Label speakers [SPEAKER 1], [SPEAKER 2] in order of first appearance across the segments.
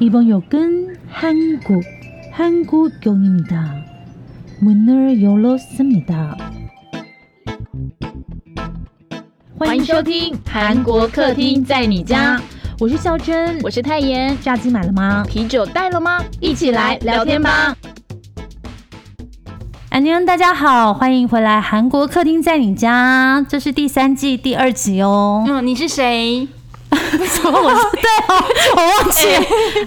[SPEAKER 1] 이번 역은 한국, 한국역입니다. 문을 열었습니다.
[SPEAKER 2] 欢迎收听《韩国客厅在你家》，
[SPEAKER 1] 我是孝珍，
[SPEAKER 2] 我是泰妍。
[SPEAKER 1] 炸鸡买了吗？
[SPEAKER 2] 啤酒带了吗？一起来聊天吧。
[SPEAKER 1] 安妞，大家好，欢迎回来《韩国客厅在你家》，这是第三季第二集哦。
[SPEAKER 2] 嗯，你是谁？
[SPEAKER 1] 哦，我是对哦，我忘 记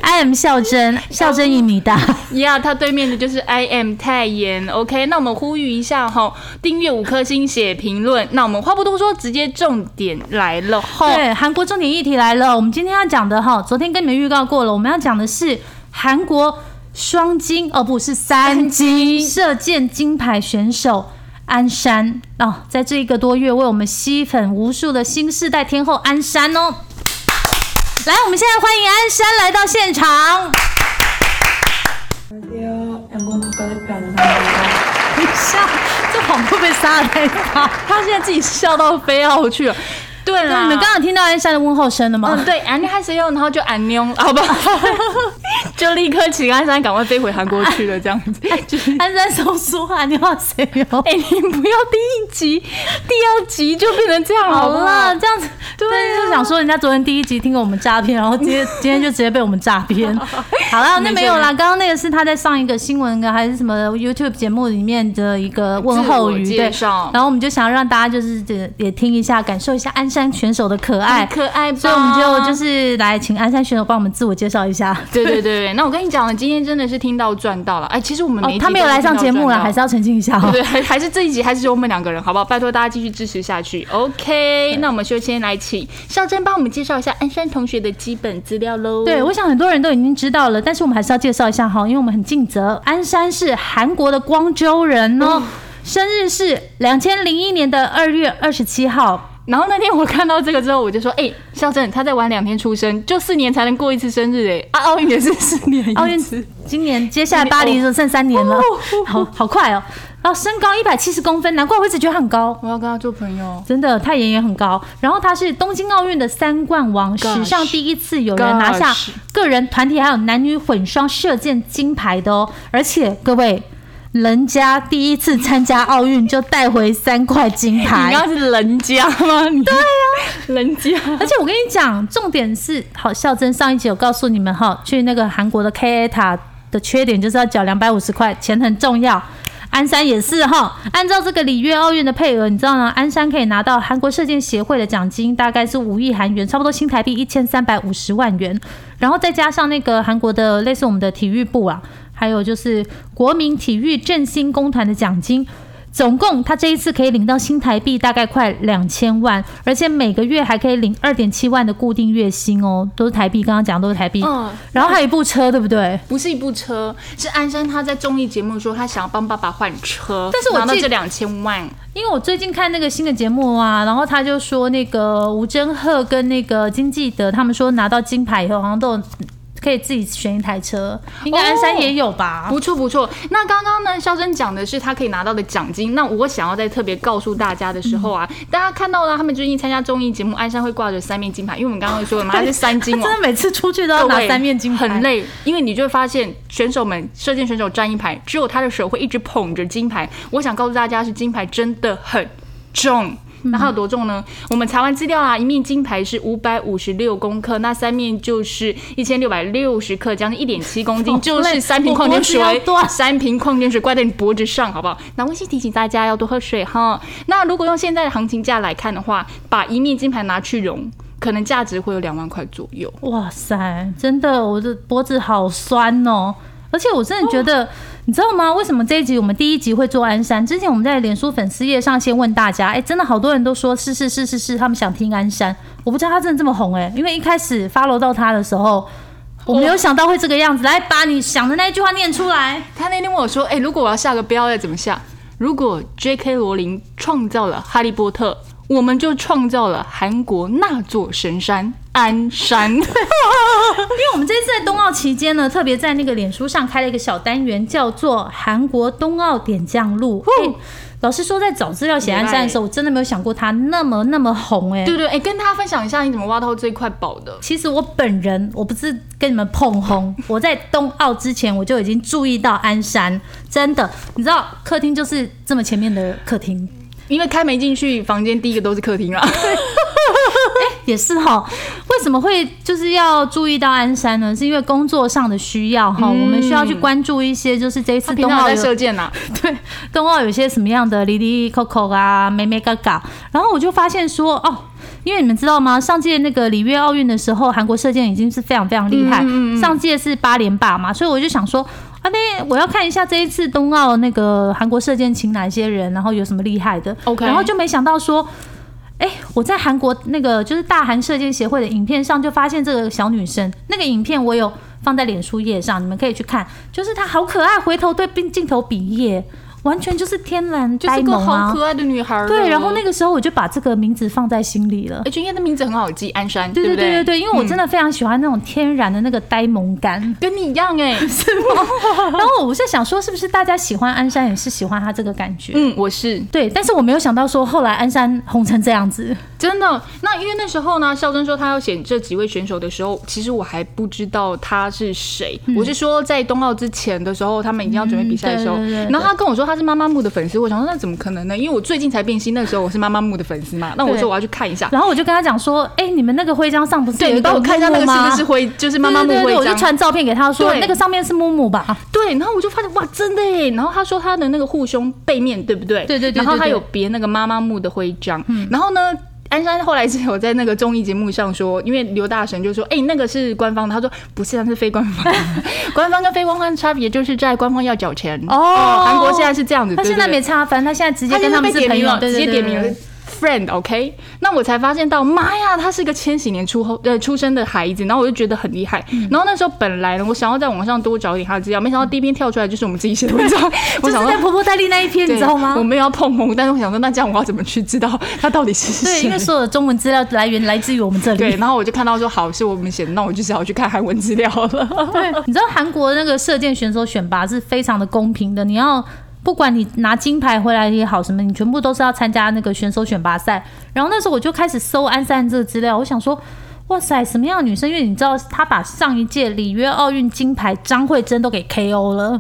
[SPEAKER 1] ，I am 孝珍，哎孝珍一米大。
[SPEAKER 2] 呀、他对面的就是 I am 泰妍。OK，那我们呼吁一下哈，订阅五颗星，写评论。那我们话不多说，直接重点来了哈。
[SPEAKER 1] 对，韩国重点议题来了。我们今天要讲的哈，昨天跟你们预告过了，我们要讲的是韩国双金哦，不是三金射箭金牌选手安山哦，在这一个多月为我们吸粉无数的新世代天后安山哦。来，我们现在欢迎安山来到现场。
[SPEAKER 3] 안녕하세요. 양궁 국가대표 안상입니다.
[SPEAKER 1] 等一下，这谎会被杀了哎太大。
[SPEAKER 2] 他现在自己笑到飞奥去了。对
[SPEAKER 1] 那
[SPEAKER 2] 啦，
[SPEAKER 1] 你们刚刚听到安山的问候声了吗？
[SPEAKER 2] 嗯对，安妮开始用，然后就安妞，好 吧，就立刻请安山赶快飞回韩国去了，这样子。 就是
[SPEAKER 1] 哎安山松苏啊，你好谁哟？
[SPEAKER 2] 哎、你不要第一集、第二集就变成这样
[SPEAKER 1] 好
[SPEAKER 2] 好啊不好
[SPEAKER 1] 了，这样子，对、就想说人家昨天第一集听过我们诈骗，然后今天今天就直接被我们诈骗。 好了，那没有啦，刚刚那个是他在上一个新闻的还是什么 YouTube 节目里面的一个问候语，
[SPEAKER 2] 自我
[SPEAKER 1] 对
[SPEAKER 2] 介绍。
[SPEAKER 1] 然后我们就想让大家就是也也听一下，感受一下鞍山选手的可爱
[SPEAKER 2] 很。可爱啊吧？
[SPEAKER 1] 所以我们就就是来请鞍山选手帮我们自我介绍一下。
[SPEAKER 2] 对对对 对，那我跟你讲，今天真的是听到赚到了。哎，其实我们
[SPEAKER 1] 哦
[SPEAKER 2] 每一，集
[SPEAKER 1] 他没有
[SPEAKER 2] 都
[SPEAKER 1] 来上节目了，
[SPEAKER 2] 听到赚到
[SPEAKER 1] 还是要澄清一下哦。
[SPEAKER 2] 对，还还是这一集还是只有我们两个人，好不好？拜托大家继续支持下去。OK，那我们就先来请孝珍帮我们介绍一下安山同学的基本资料喽。
[SPEAKER 1] 对，我想很多人都已经知道了，但是我们还是要介绍一下哈，因为我们很尽责。鞍山是韩国的光州人哦，生日是两千零一年的二月二十七号。
[SPEAKER 2] 然后那天我看到这个之后，我就说：“哎、孝珍，他再晚两天出生，就四年才能过一次生日哎、啊，奥运也是四年一次，哦
[SPEAKER 1] 奥运今年接下来巴黎就剩三年了，好好快哦。然后身高一百七十公分，难怪我一直觉得他很高。
[SPEAKER 2] 我要跟他做朋友。
[SPEAKER 1] 真的，泰妍也很高。然后他是东京奥运的三冠王，
[SPEAKER 2] Gosh
[SPEAKER 1] 史上第一次有人拿下
[SPEAKER 2] Gosh
[SPEAKER 1] 个人、团体还有男女混双射箭金牌的哦。而且各位，人家第一次参加奥运就带回三块金
[SPEAKER 2] 你
[SPEAKER 1] 牌。
[SPEAKER 2] 刚刚是人家吗？你对呀、人家。
[SPEAKER 1] 而且我跟你讲，重点是，好，孝珍上一集有告诉你们哈，去那个韩国的 KA 塔的缺点就是要缴两百五十块，钱很重要。鞍山也是哈，按照这个里约奥运的配额，你知道呢？鞍山可以拿到韩国射箭协会的奖金，大概是五亿韩元，差不多新台币一千三百五十万元，然后再加上那个韩国的类似我们的体育部啊，还有就是国民体育振兴工团的奖金，总共他这一次可以领到新台币大概快两千万，而且每个月还可以领二点七万的固定月薪哦，都是台币。刚刚讲都是台币。
[SPEAKER 2] 嗯
[SPEAKER 1] 然后还有一部车，对不对？
[SPEAKER 2] 不是一部车，是安山他在综艺节目说他想要帮爸爸换车，
[SPEAKER 1] 但是我
[SPEAKER 2] 拿到
[SPEAKER 1] 记
[SPEAKER 2] 这两千万，
[SPEAKER 1] 因为我最近看那个新的节目啊，然后他就说那个吴珍赫跟那个金基德，他们说拿到金牌以后，好像都有可以自己选一台车，应该鞍山也有吧？
[SPEAKER 2] 不错不错。那刚刚呢，肖珍讲的是他可以拿到的奖金，那我想要再特别告诉大家的时候
[SPEAKER 1] 嗯
[SPEAKER 2] 啊，大家看到了他们最近参加综艺节目，安山会挂着三面金牌，因为我们刚刚说了嘛，他是三金 哦
[SPEAKER 1] 真
[SPEAKER 2] 王。
[SPEAKER 1] 的每次出去都要
[SPEAKER 2] 各
[SPEAKER 1] 拿
[SPEAKER 2] 位
[SPEAKER 1] 三面金牌，
[SPEAKER 2] 很累，因为你就会发现选手们射箭选手站一排，只有他的手会一直捧着金牌。我想告诉大家，是金牌真的很重。
[SPEAKER 1] 嗯
[SPEAKER 2] 那它有多重呢？我们查完资料啊，一面金牌是五百五十六公克，那三面就是一千六百六十克，将近一点七公 斤，就
[SPEAKER 1] 累
[SPEAKER 2] 是三瓶
[SPEAKER 1] 我
[SPEAKER 2] 矿泉
[SPEAKER 1] 脖子要
[SPEAKER 2] 水
[SPEAKER 1] 断。
[SPEAKER 2] 三瓶矿泉水挂在你脖子上，好不好？那温馨提醒大家要多喝水哈。那如果用现在的行情价来看的话，把一面金牌拿去融，可能价值会有两万块左右。
[SPEAKER 1] 哇塞，真的，我的脖子好酸哦！而且我真的觉得，你知道吗？为什么这一集我们第一集会做鞍山？之前我们在脸书粉丝页上先问大家，哎、真的好多人都说是是是是是，他们想听鞍山。我不知道他真的这么红哎、因为一开始 follow 到他的时候，我没有想到会这个样子。来，把你想的那一句话念出来。
[SPEAKER 2] 他那天问我说：“哎、如果我要下个标要怎么下？如果 J.K. 罗琳创造了《哈利波特》，我们就创造了韩国那座神山 鞍山。
[SPEAKER 1] 因为我们这次在冬奥期间呢，特别在那个脸书上开了一个小单元，叫做“韩国冬奥点将录”诶老实说，在找资料写鞍山的时候，我真的没有想过他那么那么红哎、
[SPEAKER 2] 对对，哎，跟大家分享一下你怎么挖到这块宝的。
[SPEAKER 1] 其实我本人我不是跟你们碰 轰，我在冬奥之前我就已经注意到鞍山，真的，你知道客厅就是这么前面的客 厅，
[SPEAKER 2] 因为开门进去，房间第一个都是客厅啦。啊
[SPEAKER 1] 也是哈。为什么会就是要注意到鞍山呢？是因为工作上的需要哈，我们需要去关注一些就是这一次
[SPEAKER 2] 嗯他平
[SPEAKER 1] 冬
[SPEAKER 2] 常
[SPEAKER 1] 奥
[SPEAKER 2] 在
[SPEAKER 1] 有
[SPEAKER 2] 射箭呐、啊
[SPEAKER 1] 对冬奥有些什么样的离离扣扣啊、美美嘎嘎，然后我就发现说哦。因为你们知道吗？上届那个里约奥运的时候，韩国射箭已经是非常非常厉害，
[SPEAKER 2] 嗯
[SPEAKER 1] 上届是八连霸嘛，所以我就想说，啊，那我要看一下这一次冬奥那个韩国射箭请哪些人，然后有什么厉害的。
[SPEAKER 2] OK
[SPEAKER 1] 然后就没想到说，哎、我在韩国那个就是大韩射箭协会的影片上就发现这个小女生，那个影片我有放在脸书页上，你们可以去看，就是她好可爱，回头对镜镜头比耶，完全就是天然
[SPEAKER 2] 就是
[SPEAKER 1] 呆
[SPEAKER 2] 个
[SPEAKER 1] 萌
[SPEAKER 2] 好
[SPEAKER 1] 啊。
[SPEAKER 2] 可爱的哎女孩儿。
[SPEAKER 1] 对，然后那个时候我就把这个名字放在心里了。
[SPEAKER 2] 而且因为她名字很好记，鞍山，
[SPEAKER 1] 对对
[SPEAKER 2] 对嗯不
[SPEAKER 1] 对对对，因为我真的非常喜欢那种天然的那个呆萌感。
[SPEAKER 2] 跟你一样哎、
[SPEAKER 1] 然后我是想说，是不是大家喜欢鞍山也是喜欢他这个感觉？
[SPEAKER 2] 嗯，我是
[SPEAKER 1] 对，但是我没有想到说后来鞍山红成这样子。
[SPEAKER 2] 真的。那因为那时候呢，孝珍说她要选这几位选手的时候，其实我还不知道她是谁。
[SPEAKER 1] 嗯
[SPEAKER 2] 我是说在冬奥之前的时候，他们已经要准备比赛的时候，
[SPEAKER 1] 嗯对对对对
[SPEAKER 2] 然后她跟我说她是妈妈木的粉丝，我想说那怎么可能呢？因为我最近才变心，那时候我是妈妈木的粉丝嘛。那我
[SPEAKER 1] 对
[SPEAKER 2] 说我要去看一下，
[SPEAKER 1] 然后我就跟他讲说，哎、你们那个徽章上不是
[SPEAKER 2] 对
[SPEAKER 1] 有
[SPEAKER 2] 你
[SPEAKER 1] 一个
[SPEAKER 2] 帮我看一下那个是不是
[SPEAKER 1] 木木吗
[SPEAKER 2] 徽，就是妈妈木
[SPEAKER 1] 对对
[SPEAKER 2] 徽
[SPEAKER 1] 对，我就
[SPEAKER 2] 章。
[SPEAKER 1] 传照片给他说，
[SPEAKER 2] 对
[SPEAKER 1] 那个上面是木木吧？
[SPEAKER 2] 对，然后我就发现哇，真的耶！然后他说他的那个护胸背面对不对？
[SPEAKER 1] 对对对对
[SPEAKER 2] 然后他
[SPEAKER 1] 对嗯
[SPEAKER 2] 有别那个妈妈木的徽章，然后呢？鞍山后来是有在那个综艺节目上说，因为刘大神就说：“哎、那个是官方的。”他说：“不是，那是非官 方。官方跟非官方的差别就是在官方要缴钱。呃
[SPEAKER 1] 哦
[SPEAKER 2] 韩国现在是这样子，
[SPEAKER 1] 他现在
[SPEAKER 2] 对对对
[SPEAKER 1] 没差，反正他现在直接
[SPEAKER 2] 他
[SPEAKER 1] 跟
[SPEAKER 2] 现在
[SPEAKER 1] 他
[SPEAKER 2] 被
[SPEAKER 1] 们是
[SPEAKER 2] 点
[SPEAKER 1] 朋
[SPEAKER 2] 名
[SPEAKER 1] 友
[SPEAKER 2] 了，，直
[SPEAKER 1] 对
[SPEAKER 2] 接点。
[SPEAKER 1] 对对
[SPEAKER 2] 名
[SPEAKER 1] 对
[SPEAKER 2] friend，OK、那我才发现到，妈呀，他是个千禧年出后呃出生的孩子，然后我就觉得很厉害。然后那时候本来呢，我想要在网上多找一点他的资料，没想到第一篇跳出来就是我们自己写的 文章，我
[SPEAKER 1] 就
[SPEAKER 2] 想
[SPEAKER 1] 是
[SPEAKER 2] 说
[SPEAKER 1] 在。婆婆戴丽那一篇，你知道吗
[SPEAKER 2] 对我？没有要碰红，但是我想说，那这样我要怎么去知道他到底是
[SPEAKER 1] 对，因为
[SPEAKER 2] 谁？
[SPEAKER 1] 所有的中文资料来源来自于我们这里。
[SPEAKER 2] 对，然后我就看到说，好，是我们写的，那我就只好去看韩文资料了。
[SPEAKER 1] 你知道韩国那个射箭选手选拔是非常的公平的，你要不管你拿金牌回来也好，什么你全部都是要参加那个选手选拔赛。然后那时候我就开始搜安山这个资料，我想说。哇塞，什么样的女生？因为你知道，她把上一届里约奥运金牌张惠珍都给 KO 了，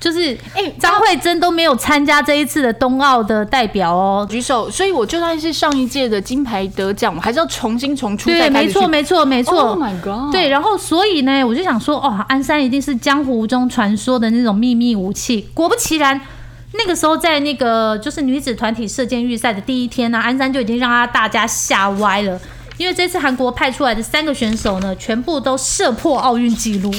[SPEAKER 1] 就是
[SPEAKER 2] 哎
[SPEAKER 1] 张惠珍都没有参加这一次的冬奥的代表哦。
[SPEAKER 2] 举手，所以我就算是上一届的金牌得奖，我还是要重新从初
[SPEAKER 1] 对，
[SPEAKER 2] 赛开
[SPEAKER 1] 没
[SPEAKER 2] 始去
[SPEAKER 1] 错，没错，没错。
[SPEAKER 2] Oh my god！
[SPEAKER 1] 对，然后所以呢，我就想说，哦，鞍山一定是江湖中传说的那种秘密武器。果不其然，那个时候在那个就是女子团体射箭预赛的第一天呢、鞍山就已经让他大家吓歪了，因为这次韩国派出来的三个选手呢，全部都射破奥运纪录。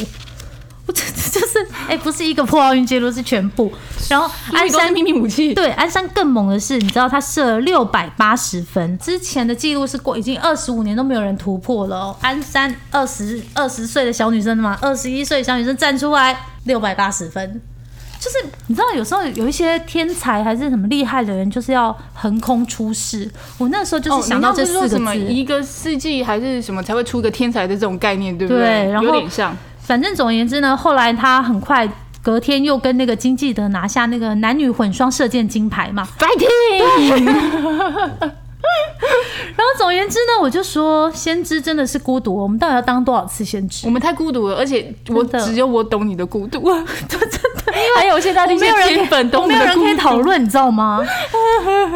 [SPEAKER 1] 我这这就是，哎、不是一个破奥运纪录，是全部。然后鞍
[SPEAKER 2] 安
[SPEAKER 1] 山
[SPEAKER 2] 山秘密武器，
[SPEAKER 1] 对，鞍山更猛的是，你知道他射了六百八十分，之前的记录是过已经二十五年都没有人突破了哦。鞍山二十二十岁的小女生嘛，二十一岁的小女生站出来六百八十分，就是你知道有时候有一些天才还是什么厉害的人，就是要横空出世。我那时候就是想到这四个字，
[SPEAKER 2] 哦难道不是说什么一个世纪还是什么才会出个天才的这种概念，对不
[SPEAKER 1] 对然后
[SPEAKER 2] 有点像。
[SPEAKER 1] 反正总而言之呢，后来他很快隔天又跟那个经济德拿下那个男女混双射箭金牌嘛。
[SPEAKER 2] fighting，
[SPEAKER 1] 然后总而言之呢，我就说先知真的是孤独，我们到底要当多少次先知
[SPEAKER 2] 我？们太孤独了，而且我
[SPEAKER 1] 真的
[SPEAKER 2] 只有我懂你的 孤独，真的，还有现在那
[SPEAKER 1] 没
[SPEAKER 2] 些
[SPEAKER 1] 有人
[SPEAKER 2] 铁
[SPEAKER 1] 可以
[SPEAKER 2] 粉懂
[SPEAKER 1] 没
[SPEAKER 2] 你
[SPEAKER 1] 有
[SPEAKER 2] 的
[SPEAKER 1] 人
[SPEAKER 2] 孤
[SPEAKER 1] 可以
[SPEAKER 2] 独
[SPEAKER 1] 讨。论，你知道吗？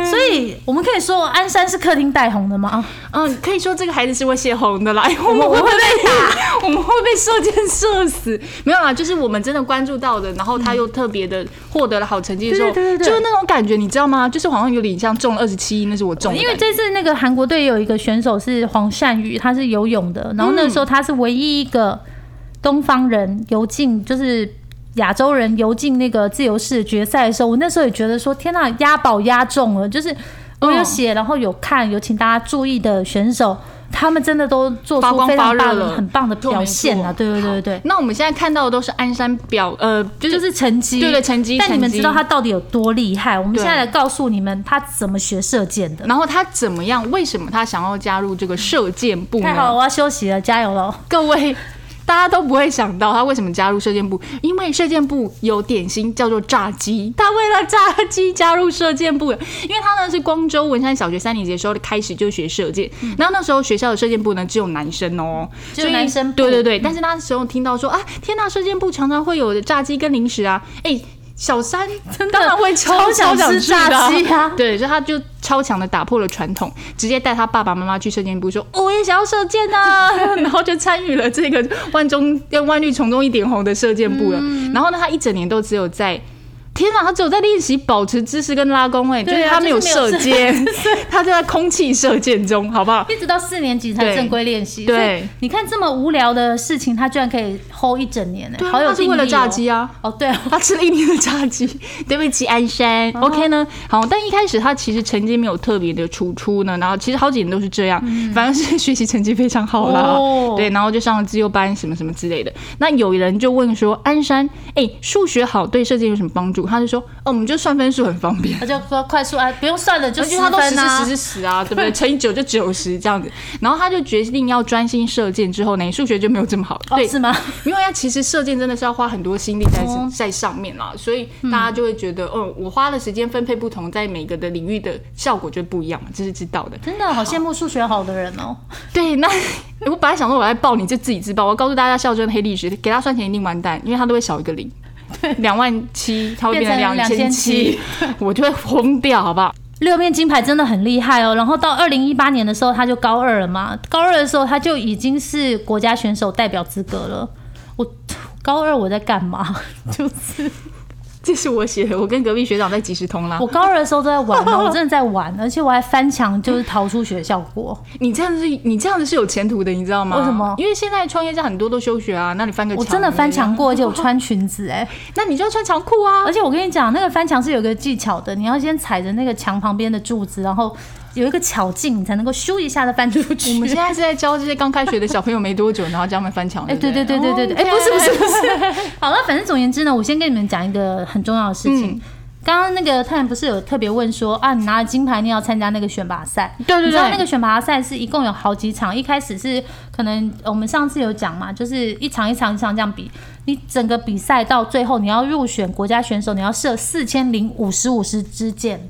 [SPEAKER 1] 所以我们可以说鞍山是客厅带红的吗？
[SPEAKER 2] 嗯，可以说这个孩子是会泄洪的啦，因为 我们会被打， 我们会被射箭射死。没有啦，就是我们真的关注到的，然后他又特别的获得了好成绩的时候，
[SPEAKER 1] 嗯对对对对对
[SPEAKER 2] 就是那种感觉，你知道吗？就是好像有点像中了二十七亿，那是我中的感
[SPEAKER 1] 因
[SPEAKER 2] 觉，
[SPEAKER 1] 为这次那个韩国队有一个选手是黄善宇，他是游泳的，然后那个时
[SPEAKER 2] 嗯
[SPEAKER 1] 候他是唯一一个东方人游进，就是亚洲人游进那个自由式决赛的时候，我那时候也觉得说，天呐、押宝押中了，就是
[SPEAKER 2] 哦
[SPEAKER 1] 我有写，然后有看，有请大家注意的选手。他们真的都做
[SPEAKER 2] 发
[SPEAKER 1] 出
[SPEAKER 2] 光
[SPEAKER 1] 非
[SPEAKER 2] 发
[SPEAKER 1] 常
[SPEAKER 2] 热
[SPEAKER 1] 棒
[SPEAKER 2] 了
[SPEAKER 1] 很棒的表现啊！
[SPEAKER 2] 没错
[SPEAKER 1] 对对对对
[SPEAKER 2] 那我们现在看到的都是鞍山表，呃，
[SPEAKER 1] 对，
[SPEAKER 2] 就是
[SPEAKER 1] 就是成绩，
[SPEAKER 2] 对对成绩
[SPEAKER 1] 但你们
[SPEAKER 2] 成绩
[SPEAKER 1] 知道他到底有多厉害？我们
[SPEAKER 2] 对
[SPEAKER 1] 现在来告诉你们他怎么学射箭的。
[SPEAKER 2] 然后他怎么样？为什么他想要加入这个射箭部呢？
[SPEAKER 1] 太好了，我要休息了，加油喽！
[SPEAKER 2] 各位。大家都不会想到他为什么加入射箭部，因为射箭部有点心叫做炸鸡，他为了炸鸡加入射箭部的，因为他呢是光州文山小学三年级的时候开始就学射箭，然后那时候学校的射箭部呢只有男生哦，
[SPEAKER 1] 嗯只有
[SPEAKER 2] 所以
[SPEAKER 1] 男生部
[SPEAKER 2] 对对对，但是那时候听到说啊，天呐，射箭部常常会有炸鸡跟零食啊，哎、小三真当然会超
[SPEAKER 1] 超想吃
[SPEAKER 2] 吃的啊
[SPEAKER 1] 炸鸡啊
[SPEAKER 2] 对，所以他就超强的打破了传统，直接带他爸爸妈妈去射箭部说，我也想要射箭啊， 然后就参与了这个万中跟万绿丛中一点红的射箭部了。
[SPEAKER 1] 嗯
[SPEAKER 2] 然后呢，他一整年都只有在。天哪，他只有在练习保持姿势跟拉弓、哎、
[SPEAKER 1] 对啊
[SPEAKER 2] 是他没有
[SPEAKER 1] 就是没有
[SPEAKER 2] 射箭， 他就在空气射箭中，好不好？
[SPEAKER 1] 一直到四年级才
[SPEAKER 2] 对
[SPEAKER 1] 正规练习。
[SPEAKER 2] 对
[SPEAKER 1] 所以你看这么无聊的事情，他居然可以 hold 一整年呢、
[SPEAKER 2] 对啊
[SPEAKER 1] 好有
[SPEAKER 2] 他是
[SPEAKER 1] 定
[SPEAKER 2] 为了
[SPEAKER 1] 力
[SPEAKER 2] 炸
[SPEAKER 1] 哦
[SPEAKER 2] 鸡啊。
[SPEAKER 1] 哦，对哦，
[SPEAKER 2] 他吃了一年的炸鸡， 哦对不起鞍山。OK 呢，好，但一开始他其实成绩没有特别的突出呢，然后其实好几年都是这样，反正是学习成绩非常好啦，
[SPEAKER 1] 哦
[SPEAKER 2] 对，然后就上了自由班什么什么之类的。那有人就问说，鞍山，哎、数学好对射箭有什么帮助？他就说，哦，我们就算分数很方便。
[SPEAKER 1] 他就说快速啊，不用算了，就
[SPEAKER 2] 而
[SPEAKER 1] 十
[SPEAKER 2] 且他都十
[SPEAKER 1] 分啊
[SPEAKER 2] 是十。是十啊，对不对？乘以九就九十这样子。然后他就决定要专心射箭之后呢，数学就没有这么好了。
[SPEAKER 1] 哦，
[SPEAKER 2] 对，
[SPEAKER 1] 是吗？
[SPEAKER 2] 因为其实射箭真的是要花很多心力在、
[SPEAKER 1] 哦
[SPEAKER 2] 在上面啦，所以大家就会觉得，嗯、我花的时间分配不同，在每个的领域的效果就不一样嘛，这是知道的。
[SPEAKER 1] 真的好羡慕数学好的人哦。
[SPEAKER 2] 对，那 我本来想说我来报你，就自己自爆。我告诉大家，校真的黑历史，给他算钱一定完蛋，因为他都会少一个零。对，两万七，他会变
[SPEAKER 1] 变
[SPEAKER 2] 成
[SPEAKER 1] 成
[SPEAKER 2] 两千七
[SPEAKER 1] 2700，
[SPEAKER 2] 我就会疯掉，好不好？
[SPEAKER 1] 六面金牌真的很厉害哦。然后到二零一八年的时候，他就高二了嘛。高二的时候，他就已经是国家选手代表资格了。我高二我在干嘛？ 就是
[SPEAKER 2] 这是我写的，我跟隔壁学长在即时通啦
[SPEAKER 1] 我。高二的时候都在玩哦，我真的在玩，而且我还翻墙，就是逃出学校 过。
[SPEAKER 2] 你这样子，你这样子是有前途的，你知道吗？
[SPEAKER 1] 为什么
[SPEAKER 2] 因为现在创业家很多都休学啊，那你翻个
[SPEAKER 1] 我
[SPEAKER 2] 墙
[SPEAKER 1] 真的翻
[SPEAKER 2] 怎么样
[SPEAKER 1] 墙，过，而 且我穿裙子哎、
[SPEAKER 2] 那你就要穿长裤啊。
[SPEAKER 1] 而且我跟你讲，那个翻墙是有个技巧的，你要先踩着那个墙旁边的柱子，然后有一个巧劲，你才能够咻一下的翻出去。
[SPEAKER 2] 我们现在是在教这些刚开学的小朋友没多久，然后教他们翻墙。
[SPEAKER 1] 哎，对对
[SPEAKER 2] 不
[SPEAKER 1] 对对对对，哎，
[SPEAKER 2] 哦
[SPEAKER 1] 不是不是不是， 好了，反正总而言之呢，我先跟你们讲一个很重要的事情
[SPEAKER 2] 嗯。
[SPEAKER 1] 刚刚那个泰然不是有特别问说啊，你拿了金牌，你要参加那个选拔赛？
[SPEAKER 2] 对对
[SPEAKER 1] 你知道那
[SPEAKER 2] 对
[SPEAKER 1] 个选拔赛是一共有好几场，一开始是可能呃我们上次有讲嘛，就是一场一场一场这样比，你整个比赛到最后你要入选国家选手，你要射四千零五十五十支箭，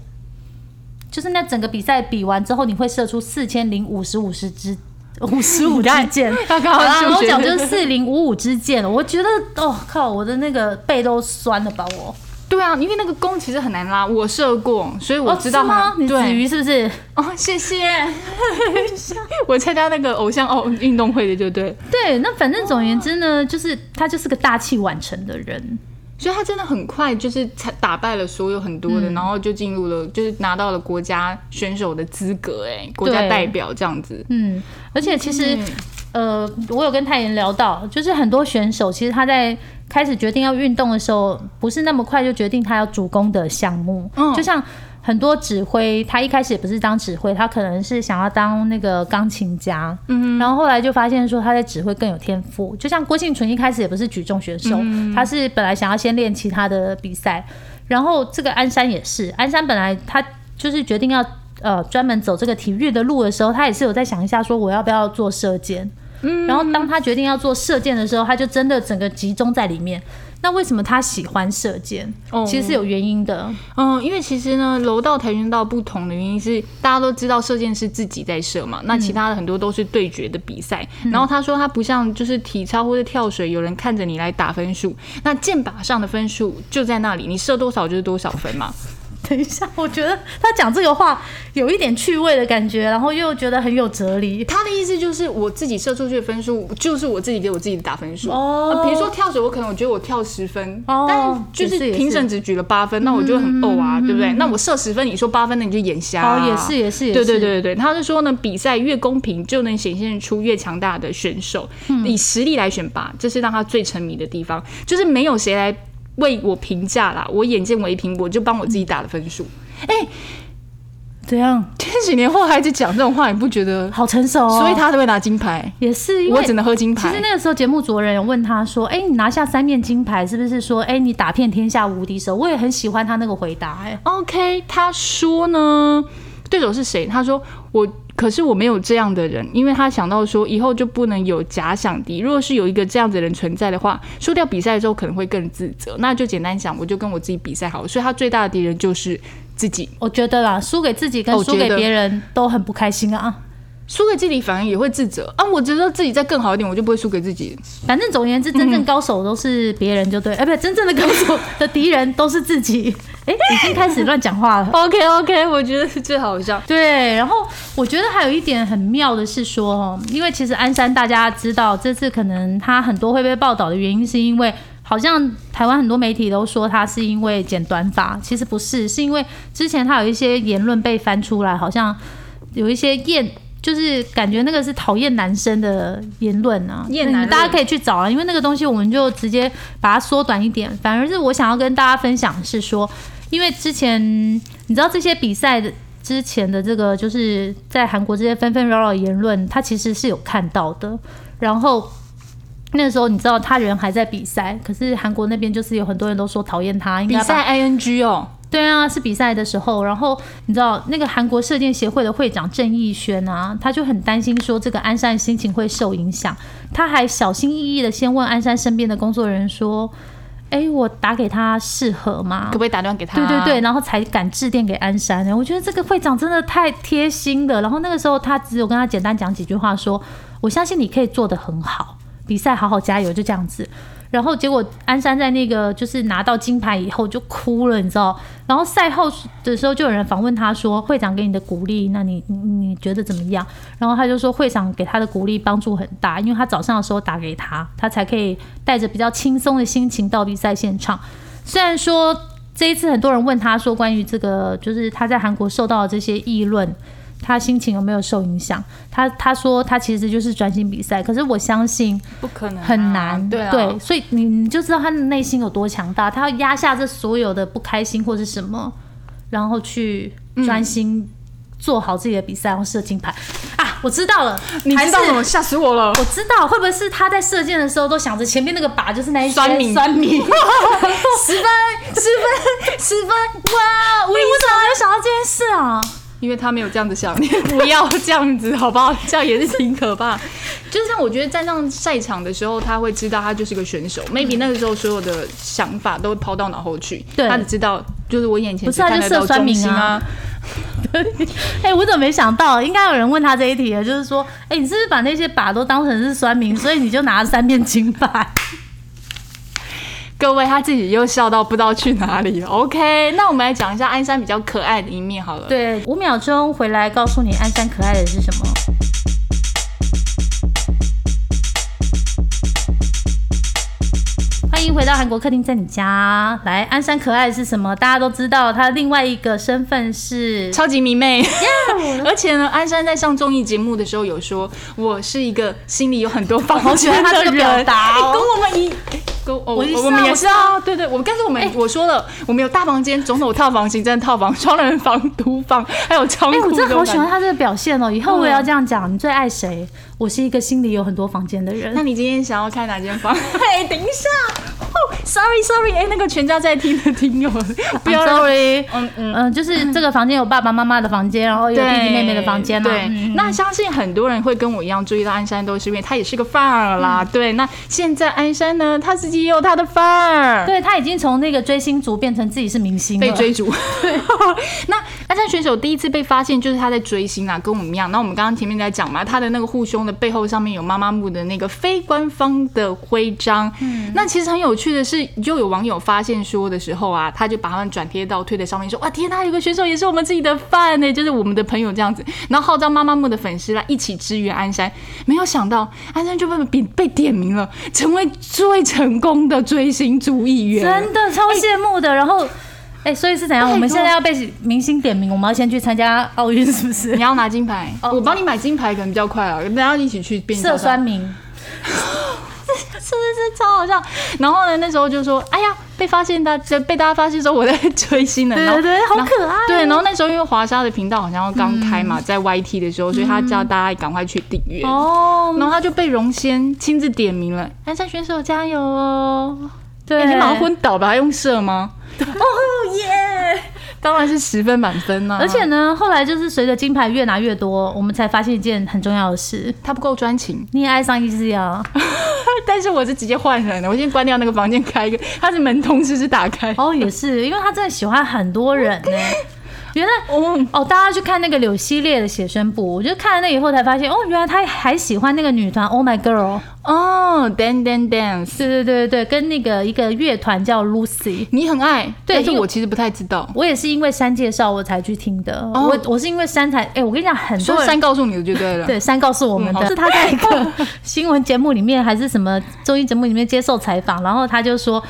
[SPEAKER 1] 就是那整个比赛比完之后，你会射出四千零五十五十支五十五支箭。
[SPEAKER 2] 他 刚
[SPEAKER 1] 好啦，
[SPEAKER 2] 刚
[SPEAKER 1] 我
[SPEAKER 2] 数学
[SPEAKER 1] 讲就是四零五五之间了。我觉得，哦靠，我的那个背都酸了吧？我
[SPEAKER 2] 对啊，因为那个弓其实很难拉，我射过，所以我知道
[SPEAKER 1] 哦、是吗？
[SPEAKER 2] 很
[SPEAKER 1] 你子
[SPEAKER 2] 对
[SPEAKER 1] 瑜是不是？
[SPEAKER 2] 哦，谢 谢。我参加那个偶像奥运动会的，就对，
[SPEAKER 1] 对，那反正总而言之呢，就是他就是个大器晚成的人。
[SPEAKER 2] 所以他真的很快就是才打败了所有很
[SPEAKER 1] 嗯
[SPEAKER 2] 多的，然后就进入了，就是拿到了国家选手的资格，哎，国家
[SPEAKER 1] 对
[SPEAKER 2] 代表这样子。
[SPEAKER 1] 嗯，而且其实
[SPEAKER 2] 嗯，
[SPEAKER 1] 呃，我有跟泰妍聊到，就是很多选手其实他在开始决定要运动的时候，不是那么快就决定他要主攻的项目。
[SPEAKER 2] 嗯
[SPEAKER 1] 就像很多指挥，他一开始也不是当指挥，他可能是想要当那个钢琴家。嗯，然后后来就发现说他在指挥更有天赋。就像郭幸存一开始也不是举重选手，他是本来想要先练其他的比赛，然后这个鞍山也是，鞍山本来他就是决定要呃专门走这个体育的路的时候，他也是有在想一下说我要不要做射箭。嗯，然后当他决定要做射箭的时候，他就真的整个集中在里面。那为什么他喜欢射箭？
[SPEAKER 2] 哦
[SPEAKER 1] 其实是有原因的。
[SPEAKER 2] 嗯，因为其实呢，柔道、跆拳道不同的原因是，大家都知道射箭是自己在射
[SPEAKER 1] 嗯
[SPEAKER 2] 嘛，那其他的很多都是对决的比赛。然后他说他不像就是体操或者跳水，有人看着你来打分数，那箭靶上的分数就在那里，你射多少就是多少分嘛。
[SPEAKER 1] 等一下，我觉得他讲这个话有一点趣味的感觉，然后又觉得很有哲理。
[SPEAKER 2] 他的意思就是我自己射出去的分数就是我自己给我自己打分数。
[SPEAKER 1] 哦
[SPEAKER 2] 呃比如说跳水，我可能我觉得我跳十分，
[SPEAKER 1] 哦
[SPEAKER 2] 但是就
[SPEAKER 1] 也是
[SPEAKER 2] 是
[SPEAKER 1] 也是
[SPEAKER 2] 评审只举了八分，那我就会很呕啊，对不对？那我射十分，你说八分，那你就眼瞎、啊。
[SPEAKER 1] 哦，也是，也是，也
[SPEAKER 2] 对
[SPEAKER 1] 是。
[SPEAKER 2] 对对对，他是说呢，比赛越公平，就能显现出越强大的选手，以实力来选拔，这是让他最沉迷的地方，就是没有谁来为我评价啦，我眼见为凭，我就帮我自己打了分 数。
[SPEAKER 1] 怎样？
[SPEAKER 2] 千禧年后孩子讲这种话，你不觉得？
[SPEAKER 1] 好成熟、哦。
[SPEAKER 2] 所以他都会拿金牌，
[SPEAKER 1] 也是因为
[SPEAKER 2] 我只能喝金
[SPEAKER 1] 其
[SPEAKER 2] 牌
[SPEAKER 1] 实。那个时候节目主人有问他说：“哎、你拿下三面金牌，是不是说哎、你打遍天下无敌手？”我也很喜欢他那个回答、哎，
[SPEAKER 2] OK，他说呢，对手是谁？他说我，可是我没有这样的人，因为他想到说以后就不能有假想敌。如果是有一个这样子的人存在的话，输掉比赛之后可能会更自责。那就简单想，我就跟我自己比赛好了。所以他最大的敌人就是自己，
[SPEAKER 1] 我觉得啦，输给自己跟
[SPEAKER 2] 哦
[SPEAKER 1] 输
[SPEAKER 2] 觉
[SPEAKER 1] 给
[SPEAKER 2] 得
[SPEAKER 1] 别人都很不开心啊。
[SPEAKER 2] 输给自己反而也会自责啊。我觉得自己再更好一点，我就不会输给自己。
[SPEAKER 1] 反正总而言之，真正高手都是别人就对，哎、不，真正的高手的敌人都是自己。哎、已经开始乱讲话了。
[SPEAKER 2] OK OK，我觉得是最好笑。
[SPEAKER 1] 对，然后我觉得还有一点很妙的是说，哦，因为其实鞍山大家知道，这次可能他很多会被报道的原因，是因为好像台湾很多媒体都说他是因为剪短发，其实不是，是因为之前他有一些言论被翻出来，好像有一些厌。就是感觉那个是讨厌男生的言论啊，
[SPEAKER 4] 厌男论
[SPEAKER 1] 嗯大家可以去找啊，因为那个东西我们就直接把它缩短一点。反而是我想要跟大家分享的是说，因为之前你知道这些比赛的之前的这个，就是在韩国这些纷纷扰扰的言论，他其实是有看到的。然后那时候你知道他人还在比赛，可是韩国那边就是有很多人都说讨厌他，应
[SPEAKER 2] 比
[SPEAKER 1] 该把
[SPEAKER 2] 赛 ING 哦，
[SPEAKER 1] 对啊，是比赛的时候，然后你知道那个韩国射箭协会的会长郑义轩啊，他就很担心说这个安山心情会受影响，他还小心翼翼的先问安山身边的工作人员说：“哎，我打给他适合吗
[SPEAKER 2] 可不可以打电话给？”他？
[SPEAKER 1] 对对对，，然后才敢致电给安山。我觉得这个会长真的太贴心了。然后那个时候他只有跟他简单讲几句话说我相信你可以做得很好，比赛好好加油，就这样子。然后结果安山在那个就是拿到金牌以后就哭了，你知道？然后赛后的时候就有人访问他说：“会长给你的鼓励，那你你你觉得怎么样？”然后他就说：“会长给他的鼓励帮助很大，因为他早上的时候打给他，他才可以带着比较轻松的心情到比赛现场。虽然说这一次很多人问他说关于这个，就是他在韩国受到的这些议论，他心情有没有受影响？他他说他其实就是专心比赛，可是我相信
[SPEAKER 2] 不可能啊、
[SPEAKER 1] 很难，
[SPEAKER 2] 对啊，
[SPEAKER 1] 所以你你就知道他的内心有多强大，他要压下这所有的不开心或是什么，然后去专心做好自己的比赛，然后射金牌啊！我知道了，
[SPEAKER 2] 你
[SPEAKER 1] 还
[SPEAKER 2] 知
[SPEAKER 1] 是
[SPEAKER 2] 道我 吓死我了。
[SPEAKER 1] 我知道，会不会是他在射箭的时候都想着前面那个靶就是那一些
[SPEAKER 2] 酸民
[SPEAKER 1] 酸民？
[SPEAKER 2] 十分，十分，十分！哇，
[SPEAKER 1] 我为什么没有想到这件事啊？
[SPEAKER 2] 因为他没有这样子想，你 不要这样子，好不好？ 这样也是挺可怕。就是像我觉得站上赛场的时候，他会知道他就是个选手，maybe 那个时候所有的想法都抛到脑后去，
[SPEAKER 1] 嗯对
[SPEAKER 2] 他只知道就是我眼前
[SPEAKER 1] 不是
[SPEAKER 2] 只
[SPEAKER 1] 他就
[SPEAKER 2] 看得到
[SPEAKER 1] 射酸
[SPEAKER 2] 中
[SPEAKER 1] 民
[SPEAKER 2] 心
[SPEAKER 1] 啊，哎、我怎么没想到？应该有人问他这一题了，就是说，哎、你是不是把那些靶都当成是酸民，所以你就拿了三面金牌？
[SPEAKER 2] 各位他自己又笑到不知道去哪里了。OK，那我们来讲一下鞍山比较可爱的一面好了。
[SPEAKER 1] 对，五秒钟回来告诉你鞍山可爱的是什么。欢迎回到韩国客厅，在你家。来，鞍山可爱的是什么？大家都知道，他另外一个身份是
[SPEAKER 2] 超级迷妹。 而且呢，鞍山在上综艺节目的时候有说，我是一个心里有很多房
[SPEAKER 1] 喜欢
[SPEAKER 2] 间
[SPEAKER 1] 他
[SPEAKER 2] 的
[SPEAKER 1] 这个表
[SPEAKER 2] 人。
[SPEAKER 1] 达哦
[SPEAKER 2] 哎跟我们一。跟哦，
[SPEAKER 1] 我也是啊哎
[SPEAKER 2] 我们也是
[SPEAKER 1] 我
[SPEAKER 2] 啊，对对，我们但是我们、我说了，我们有大房间、总统套房、行政套房、双人房、 独房，还有仓
[SPEAKER 1] 哎、
[SPEAKER 2] 库。
[SPEAKER 1] 我真的好喜欢
[SPEAKER 2] 这种感觉。
[SPEAKER 1] 他这个表现哦！以后我
[SPEAKER 2] 嗯
[SPEAKER 1] 也要这样讲。你最爱谁？我是一个心里有很多房间的人
[SPEAKER 2] 那。你今天想要开哪间 房？哎，等一下。哦，sorry sorry，哎，那个全家在听的 听友，不要
[SPEAKER 1] I'm
[SPEAKER 2] 让
[SPEAKER 1] sorry，
[SPEAKER 2] 嗯嗯
[SPEAKER 1] 嗯、就是这个房间有爸爸妈妈的房间，然后有弟
[SPEAKER 2] 对
[SPEAKER 1] 弟妹妹的房间啊。
[SPEAKER 2] 对，
[SPEAKER 1] 嗯
[SPEAKER 2] 那相信很多人会跟我一样注意到鞍山，都是因为他也是个范儿
[SPEAKER 1] 嗯
[SPEAKER 2] 啦。对，那现在鞍山呢，他自己也有他的范儿。
[SPEAKER 1] 对他已经从那个追星族变成自己是明星了
[SPEAKER 2] 被追逐， 那鞍山选手第一次被发现就是他在追星啊，跟我们一样。那我们刚刚前面在讲嘛，他的那个护胸的背后上面有妈妈木的那个非官方的徽章。嗯，那其实很有趣的是，就有网友发现说的时候啊，他就把他们转贴到推的上面说，哇天呐，有个选手也是我们自己的饭呢、就是我们的朋友这样子。然后号召妈妈木的粉丝来一起支援鞍山，没有想到鞍山就被被被点名了，成为最成功的追星族议员。
[SPEAKER 1] 真的超羡慕的。然后，哎、所以是怎样？
[SPEAKER 2] 拜托
[SPEAKER 1] 我们现在要被明星点名，我们要先去参加奥运，是不是
[SPEAKER 2] 你？要拿金牌，
[SPEAKER 1] 哦
[SPEAKER 2] 我帮你买金牌可能比较快啊，大家一起去变
[SPEAKER 1] 色酸民，
[SPEAKER 2] 是不是超好笑？然后呢，那时候就说，哎呀，被发现大就被大家发现说我在追星呢，
[SPEAKER 1] 对
[SPEAKER 2] 然后
[SPEAKER 1] 对对，好可爱哦。嗯
[SPEAKER 2] 对，然后那时候因为华莎的频道好像刚开嘛，在 YT 的时候，所以他叫大家赶快去订阅。
[SPEAKER 1] 哦，
[SPEAKER 2] 然后他就被荣先亲自点名了，鞍山选手加油哦！
[SPEAKER 1] 对，
[SPEAKER 2] 哎你马上昏倒吧，还用射吗？
[SPEAKER 1] 哦耶！
[SPEAKER 2] 当然是十分满分啊呐、
[SPEAKER 1] 而且呢，后来就是随着金牌越拿越多，我们才发现一件很重要的事：
[SPEAKER 2] 他不够专情，
[SPEAKER 1] 你也爱上一只呀。
[SPEAKER 2] 但是我是直接换人的，我先关掉那个房间，开一个，他是门同时是打开。
[SPEAKER 1] 哦，也是，因为他真的喜欢很多人呢、原来
[SPEAKER 2] 哦，
[SPEAKER 1] 哦，大家去看那个柳熙烈的写生簿，我就看了那以后才发现，哦，原来他还喜欢那个女团 Oh My Girl。
[SPEAKER 2] 哦，dan dan dance，
[SPEAKER 1] 对对对对对，跟那个一个乐团叫 Lucy。
[SPEAKER 2] 你很爱，
[SPEAKER 1] 对
[SPEAKER 2] 但是
[SPEAKER 1] 因为
[SPEAKER 2] 我其实不太知道。
[SPEAKER 1] 我也是因为山介绍我才去听的，
[SPEAKER 2] 哦
[SPEAKER 1] 我我是因为山才，哎、我跟你讲，很
[SPEAKER 2] 所
[SPEAKER 1] 多人
[SPEAKER 2] 以三告诉你的就对了。
[SPEAKER 1] 对，山告诉我们的、
[SPEAKER 2] 嗯好
[SPEAKER 1] 是他在一个新闻节目里面还是什么综艺节目里面接受采访，然后他就说，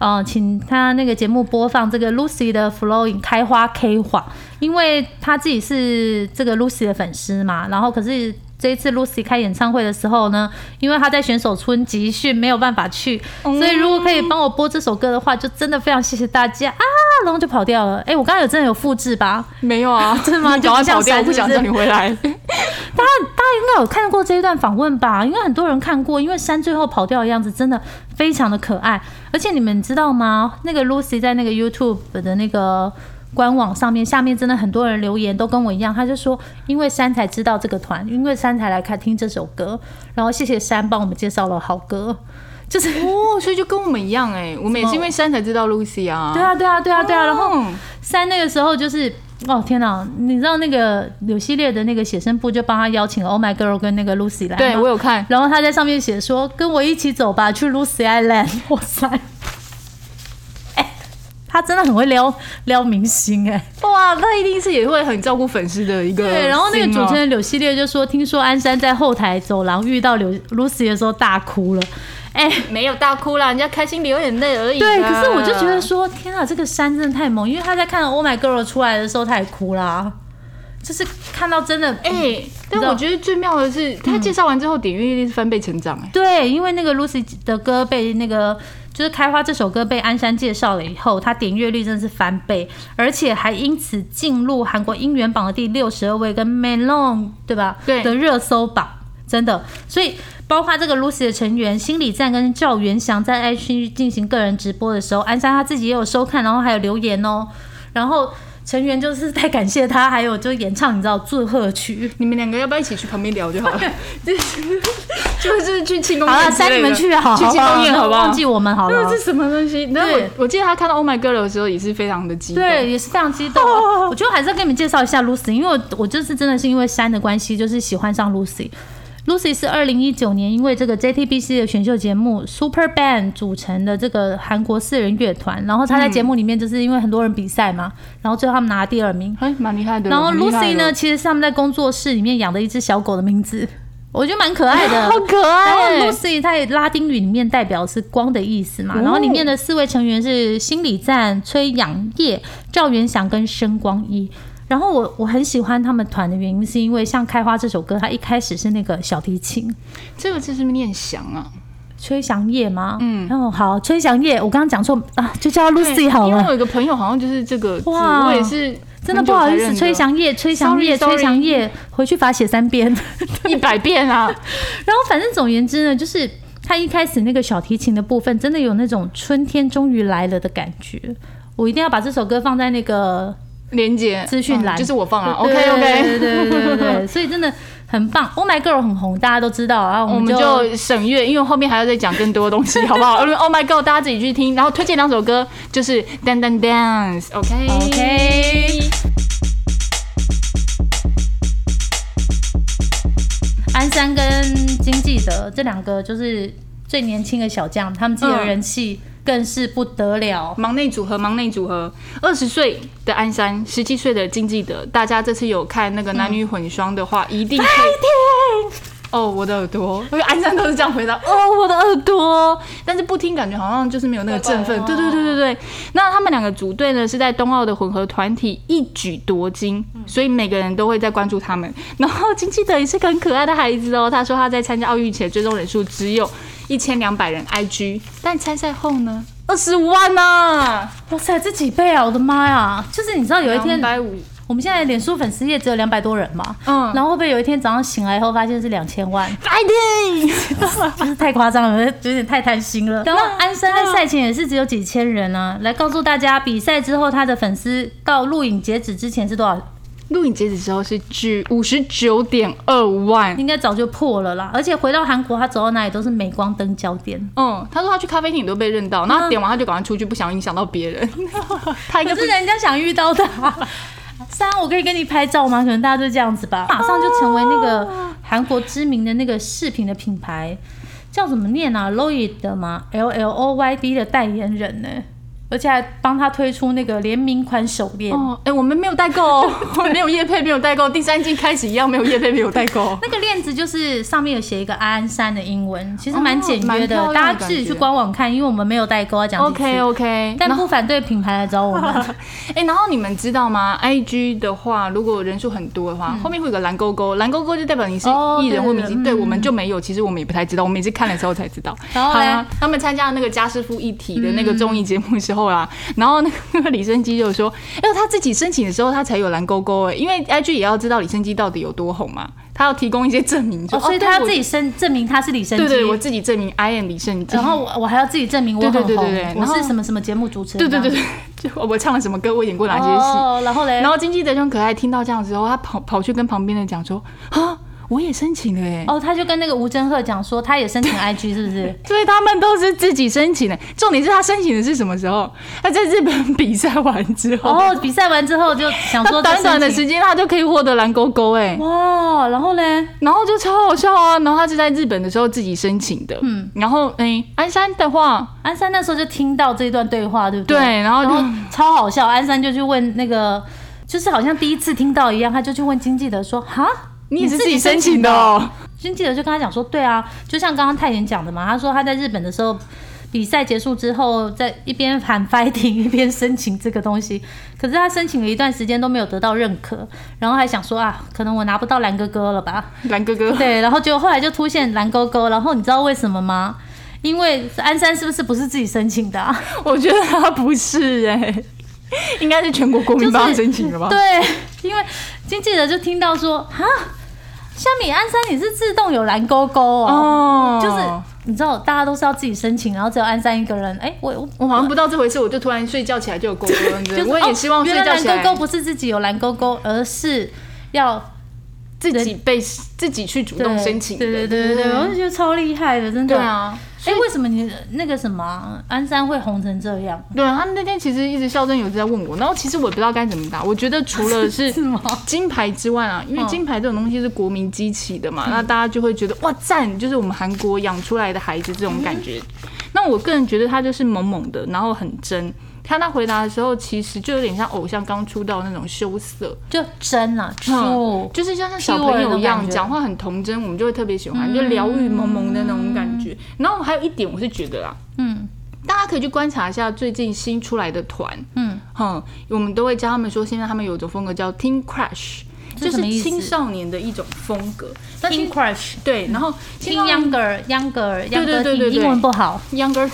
[SPEAKER 1] 呃，请他那个节目播放这个 Lucy 的《Flowing 开花 K 花》，因为他自己是这个 Lucy 的粉丝嘛，然后可是。这一次 Lucy 开演唱会的时候呢，因为他在选手村集训，没有办法去，
[SPEAKER 2] 哦
[SPEAKER 1] 所以如果可以帮我播这首歌的话，就真的非常谢谢大家啊！然后就跑掉了。哎、我刚刚有真的有复制吧？
[SPEAKER 2] 没有啊，
[SPEAKER 1] 真的吗
[SPEAKER 2] 你赶快
[SPEAKER 1] 就这样
[SPEAKER 2] 跑掉，我
[SPEAKER 1] 闪
[SPEAKER 2] 不想
[SPEAKER 1] 是不
[SPEAKER 2] 叫你
[SPEAKER 1] 是
[SPEAKER 2] 回来。
[SPEAKER 1] 大家大家应该有看过这一段访问吧？应该很多人看过，因为山最后跑掉的样子真的非常的可爱。而且你们知道吗？那个 Lucy 在那个 YouTube 的那个官网上面，下面真的很多人留言都跟我一样，他就说因为山才知道这个团，因为山才来看听这首歌，然后谢谢山帮我们介绍了好歌， 就是。
[SPEAKER 2] 哦，所以就跟我们一样哎、我们也是因为山才知道 Lucy 啊。
[SPEAKER 1] 对啊，对啊，对啊，对啊。然后
[SPEAKER 2] 嗯
[SPEAKER 1] 三那个时候就是，哦天哪！你知道那个柳系列的那个写生部就帮他邀请了 Oh My Girl 跟那个 Lucy 来吗，
[SPEAKER 2] 对我有看，
[SPEAKER 1] 然后他在上面写说：“跟我一起走吧，去 Lucy Island。”哇 塞！哎、他真的很会撩撩明星哎、
[SPEAKER 2] 哇，那一定是也会很照顾粉丝的一个心啊。
[SPEAKER 1] 对，然哦后那个主持人柳系列就说：“听说安山在后台走廊遇到柳 Lucy 的时候大哭了。哎、
[SPEAKER 2] 没有大哭啦，人家开心流眼泪而已啦。
[SPEAKER 1] 对，可是我就觉得说，天啊，这个山真的太萌，因为他在看《Oh My Girl》出来的时候，他也哭啦，就是看到真的，
[SPEAKER 2] 哎、但我觉得最妙的是，他介绍完之后点阅率是翻倍成长哎、
[SPEAKER 1] 对，因为那个 Lucy 的歌被那个就是《开花》这首歌被安山介绍了以后，她点阅率真的是翻倍，而且还因此进入韩国音源榜的第六十二位，跟 Melon 对吧？
[SPEAKER 2] 对
[SPEAKER 1] 的热搜榜，真的。所以包括这个 Lucy 的成员心理战跟赵元祥在 IG 进行个人直播的时候，安山他自己也有收看，然后还有留言哦，然后。成员就是在感谢他，还有就演唱你知道祝贺 曲，
[SPEAKER 2] 你们两个要不要一起去旁边聊就好 了？ 就是就是去庆功
[SPEAKER 1] 好
[SPEAKER 2] 宴
[SPEAKER 1] 了，
[SPEAKER 2] 之类的，
[SPEAKER 1] 三你们去好，
[SPEAKER 2] 去庆功宴好不好？
[SPEAKER 1] 忘记我们好了，
[SPEAKER 2] 那是什么东西？然后
[SPEAKER 1] 对
[SPEAKER 2] 我我记得他看到 Oh My Girl 的时候也是非常的激动。
[SPEAKER 1] 对，也是非常激 动。我觉得还是要跟你们介绍一下 Lucy，因为我我这次真的是因为山的关系，就是喜欢上 Lucy。Lucy 是二零一九年因为这个 JTBC 的选秀节目 Super Band 组成的这个韩国四人乐团，然后她在节目里面就是因为很多人比赛嘛，然后最后他们拿了第二名。
[SPEAKER 2] 哎，蛮厉害的。
[SPEAKER 1] 然后
[SPEAKER 2] 很厉害
[SPEAKER 1] Lucy 呢，
[SPEAKER 2] 了？
[SPEAKER 1] 其实是他们在工作室里面养的一只小狗的名字，我觉得蛮可爱的，
[SPEAKER 2] 好可爱哦
[SPEAKER 1] 然后 Lucy 在拉丁语里面代表是光的意思嘛，然后里面的四位成员是心理赞、崔养业、赵元祥跟申光一。然后我我很喜欢他们团的原因，是因为像《开花》这首歌，它一开始是那个小提琴，
[SPEAKER 2] 哎这个字是不是念翔啊？
[SPEAKER 1] 崔祥业吗？嗯，哦，好，崔祥业，我刚刚讲错啊，就叫她
[SPEAKER 2] 对
[SPEAKER 1] Lucy 好
[SPEAKER 2] 哎 因为我
[SPEAKER 1] 了，
[SPEAKER 2] 有一个朋友好像就是这个字，
[SPEAKER 1] 哇
[SPEAKER 2] 我也是
[SPEAKER 1] 真的不好意思，崔
[SPEAKER 2] 翔
[SPEAKER 1] 祥业，崔祥业，
[SPEAKER 2] Sorry，
[SPEAKER 1] 崔
[SPEAKER 2] sorry
[SPEAKER 1] 祥业，回去罚写三遍。
[SPEAKER 2] 一百遍啊。
[SPEAKER 1] 然后反正总而言之呢，就是他一开始那个小提琴的部分，真的有那种春天终于来了的感觉。我一定要把这首歌放在那个
[SPEAKER 2] 连接
[SPEAKER 1] 资讯栏
[SPEAKER 2] 嗯就是我放了。
[SPEAKER 1] 对
[SPEAKER 2] OK
[SPEAKER 1] 对
[SPEAKER 2] OK，
[SPEAKER 1] 对对对对，所以真的很棒。Oh my girl 很红，大家都知道啊，
[SPEAKER 2] 我
[SPEAKER 1] 我
[SPEAKER 2] 们
[SPEAKER 1] 们就
[SPEAKER 2] 就省略，因为后面还要再讲更多东 西，好不好？Oh my god，大家自己去听。然后推荐两首歌，就是《Dan Dan Dance》，OK。
[SPEAKER 1] OK。鞍山跟金基德这两个就是最年轻的小将，他们自己的
[SPEAKER 2] 嗯
[SPEAKER 1] 人气更是不得了。
[SPEAKER 2] 忙内组合，忙内组合，二十岁的鞍山，十七岁的金基德，大家这次有看那个男女混双的话，一定可以哦，我的耳朵，因为鞍山都是这样回答， 哦，我的耳朵，但是不听感觉好像就是没有那个振奋，对对对对对。那他们两个组队呢是在冬奥的混合团体一举夺金，所以每个人都会在关注他们。 然后金基德也是个很可爱的孩子哦，他说他在参加奥运前追踪人数只有一千两百人 IG，但参赛后呢？二十万呢、啊？
[SPEAKER 1] 哇塞，这几倍啊！我的妈呀！就是你知道有一天
[SPEAKER 2] 两百五，
[SPEAKER 1] 我我们现在脸书粉丝页只有两百多人嘛，
[SPEAKER 2] 嗯
[SPEAKER 1] 然后会不会有一天早上醒来以后发现是两千 万？
[SPEAKER 2] fighting，
[SPEAKER 1] 就是太夸张了，有点太贪心了。
[SPEAKER 2] 啊
[SPEAKER 1] 然后安山在赛前也是只有几千人啊，来告诉大家比赛之后他的粉丝到录影截止之前是多少？
[SPEAKER 2] 录影截止之后是至五十九点二万。
[SPEAKER 1] 应该早就破了啦。而且回到韩国，他走到哪里都是镁光灯焦点。
[SPEAKER 2] 嗯，他说他去咖啡厅都被认到，然后点完他就赶快出去，不想影响到别 人。他应该
[SPEAKER 1] 嗯可是
[SPEAKER 2] 不
[SPEAKER 1] 人家想遇到他。 三，我可以跟你拍照吗？可能大家就这样子吧，马上就成为那个
[SPEAKER 2] 哦
[SPEAKER 1] 韩国知名的那个饰品的品牌，叫怎么念啊？Loyd 的吗？L L O Y D 的代言人呢、而且还帮他推出那个联名款手链。
[SPEAKER 2] 哦，哎、我们没有代购 哦，我们没有业配，没有代购。第三季开始一样没有业配，没有代购。
[SPEAKER 1] 那个链子就是上面有写一个安山的英文，其实蛮
[SPEAKER 2] 哦
[SPEAKER 1] 简约
[SPEAKER 2] 蛮
[SPEAKER 1] 的，
[SPEAKER 2] 漂亮的
[SPEAKER 1] 大家自己去
[SPEAKER 2] 感觉
[SPEAKER 1] 官网看，因为我们没有代购要讲几次
[SPEAKER 2] OK OK，
[SPEAKER 1] 但不反对品牌来找我 们。
[SPEAKER 2] 哎、然后你们知道吗？IG 的话，如果人数很多的话，后面会有个蓝勾勾，蓝勾勾就代表你是
[SPEAKER 1] 嗯哦
[SPEAKER 2] 艺人
[SPEAKER 1] 对
[SPEAKER 2] 或明星。
[SPEAKER 1] 对
[SPEAKER 2] 对，
[SPEAKER 1] 嗯
[SPEAKER 2] 我们就没有，其实我们也不太知道，我们也是看了之后才知道。
[SPEAKER 1] 然后
[SPEAKER 2] 好
[SPEAKER 1] 嘞
[SPEAKER 2] 啦，他们参加那个家师傅一体的那个综艺节目之后啦，
[SPEAKER 1] 嗯
[SPEAKER 2] 然后那个那个李生基就说：“哎、呦，他自己申请的时候，他才有蓝勾勾哎、因为 IG 也要知道李生基到底有多红嘛，他要提供一些证明，说
[SPEAKER 1] 哦，所以
[SPEAKER 2] 对
[SPEAKER 1] 他要
[SPEAKER 2] 我
[SPEAKER 1] 自己申证明他是李生基，
[SPEAKER 2] 对对，我自己证明 I am 李圣基。
[SPEAKER 1] 然后我我还要自己证明我很红，
[SPEAKER 2] 对对对对对
[SPEAKER 1] 我
[SPEAKER 2] 然后
[SPEAKER 1] 是什么什么节目主持
[SPEAKER 2] 对
[SPEAKER 1] 人，
[SPEAKER 2] 对
[SPEAKER 1] 这
[SPEAKER 2] 对
[SPEAKER 1] 样，
[SPEAKER 2] 对，就我唱了什么歌，我演过哪些戏。
[SPEAKER 1] 哦，然后嘞，
[SPEAKER 2] 然后经纪的很可爱听到这样之后，他跑跑去跟旁边的讲说：“啊，我也申请了哎、
[SPEAKER 1] 哦，他就跟那个吴珍鹤讲说，他也申 请 IG 是不是？
[SPEAKER 2] 所以他们都是自己申请的。重点是他申请的是什么时候？他在日本比赛完之后，
[SPEAKER 1] 哦，比赛完之后就想
[SPEAKER 2] 他
[SPEAKER 1] 说再
[SPEAKER 2] 短
[SPEAKER 1] 申
[SPEAKER 2] 短的
[SPEAKER 1] 请
[SPEAKER 2] 时间他就可以获得蓝勾勾哎、
[SPEAKER 1] 哇，然后嘞，
[SPEAKER 2] 然后就超好笑啊！然后他是在日本的时候自己申请的，嗯，然后哎、鞍山的话，
[SPEAKER 1] 安山那时候就听到这一段对话，对不
[SPEAKER 2] 对，
[SPEAKER 1] 对哦
[SPEAKER 2] 然后
[SPEAKER 1] 然
[SPEAKER 2] 就
[SPEAKER 1] 后超好笑，安山就去问那个，就是好像第一次听到一样，他就去问经纪人说：“哈，
[SPEAKER 2] 你也是自己
[SPEAKER 1] 申
[SPEAKER 2] 申请的
[SPEAKER 1] 哦。
[SPEAKER 2] 哦，”
[SPEAKER 1] 经纪人就跟他讲说：“对啊，就像刚刚泰妍讲的嘛，他说他在日本的时候。”比赛结束之后，在一边喊 fighting 一边申请这个东西，可是他申请了一段时间都没有得到认可，然后还想说啊，可能我拿不到蓝哥哥了 吧，
[SPEAKER 2] 蓝哥哥，
[SPEAKER 1] 对，然后就后来就出现蓝勾勾，然后你知道为什么吗？因为鞍山是不是不是自己申请的、 啊？
[SPEAKER 2] 我觉得他不是哎、应该是全国国民帮他申请的吧？
[SPEAKER 1] 对，因为经纪人就听到说啊，虾米鞍山你是自动有蓝勾勾哦，
[SPEAKER 2] 哦
[SPEAKER 1] 就是你知道大家都是要自己申请，然后只有鞍山一个人，哎、我我
[SPEAKER 2] 我好像不到这回事，我就突然睡觉起来就有勾勾，你知
[SPEAKER 1] 就是
[SPEAKER 2] 道吗我也希望
[SPEAKER 1] 哦、
[SPEAKER 2] 睡
[SPEAKER 1] 原来
[SPEAKER 2] 觉
[SPEAKER 1] 蓝
[SPEAKER 2] 起来
[SPEAKER 1] 勾勾不是自己有蓝勾勾，而是要
[SPEAKER 2] 自己被自己去主
[SPEAKER 1] 对
[SPEAKER 2] 动申请的，嗯
[SPEAKER 1] 对对对对对，我就觉得超厉害的，真的。
[SPEAKER 2] 对。啊。
[SPEAKER 1] 哎、为什么你那个什么鞍山会红成这样？
[SPEAKER 2] 对啊，他那天其实一直校正有在问我，然后其实我也不知道该怎么答。我觉得除了 是
[SPEAKER 1] 是吗
[SPEAKER 2] 金牌之外啊，因为
[SPEAKER 1] 嗯
[SPEAKER 2] 金牌这种东西是国民激起的嘛，那大家就会觉得哇赞，就是我们韩国养出来的孩子这种感觉。
[SPEAKER 1] 嗯
[SPEAKER 2] 那我个人觉得他就是萌萌的，然后很真。看他回答的时候，其实就有点像偶像刚出道那种羞涩，
[SPEAKER 1] 就真啊，
[SPEAKER 2] 嗯
[SPEAKER 1] 哦，
[SPEAKER 2] 就是像像小朋友
[SPEAKER 1] Pure
[SPEAKER 2] 一
[SPEAKER 1] 的感
[SPEAKER 2] 样
[SPEAKER 1] 觉嗯
[SPEAKER 2] 讲话很童真，我们就会特别喜欢，就疗愈萌萌的那种感觉。然后还有一点，我是觉得啦，
[SPEAKER 1] 嗯
[SPEAKER 2] 大家可以去观察一下最近新出来的团，
[SPEAKER 1] 嗯，
[SPEAKER 2] 哼、我们都会教他们说，现在他们有一种风格叫 Teen Crush，
[SPEAKER 1] 这
[SPEAKER 2] 就
[SPEAKER 1] 什
[SPEAKER 2] 是
[SPEAKER 1] 么意思
[SPEAKER 2] 青少年的一种风格。那
[SPEAKER 1] Teen
[SPEAKER 2] Crush 对，
[SPEAKER 1] 嗯
[SPEAKER 2] 然后青
[SPEAKER 1] Teen
[SPEAKER 2] 少年
[SPEAKER 1] younger younger
[SPEAKER 2] 对
[SPEAKER 1] younger
[SPEAKER 2] 对对
[SPEAKER 1] teen，
[SPEAKER 2] 对
[SPEAKER 1] 英文不好，
[SPEAKER 2] Younger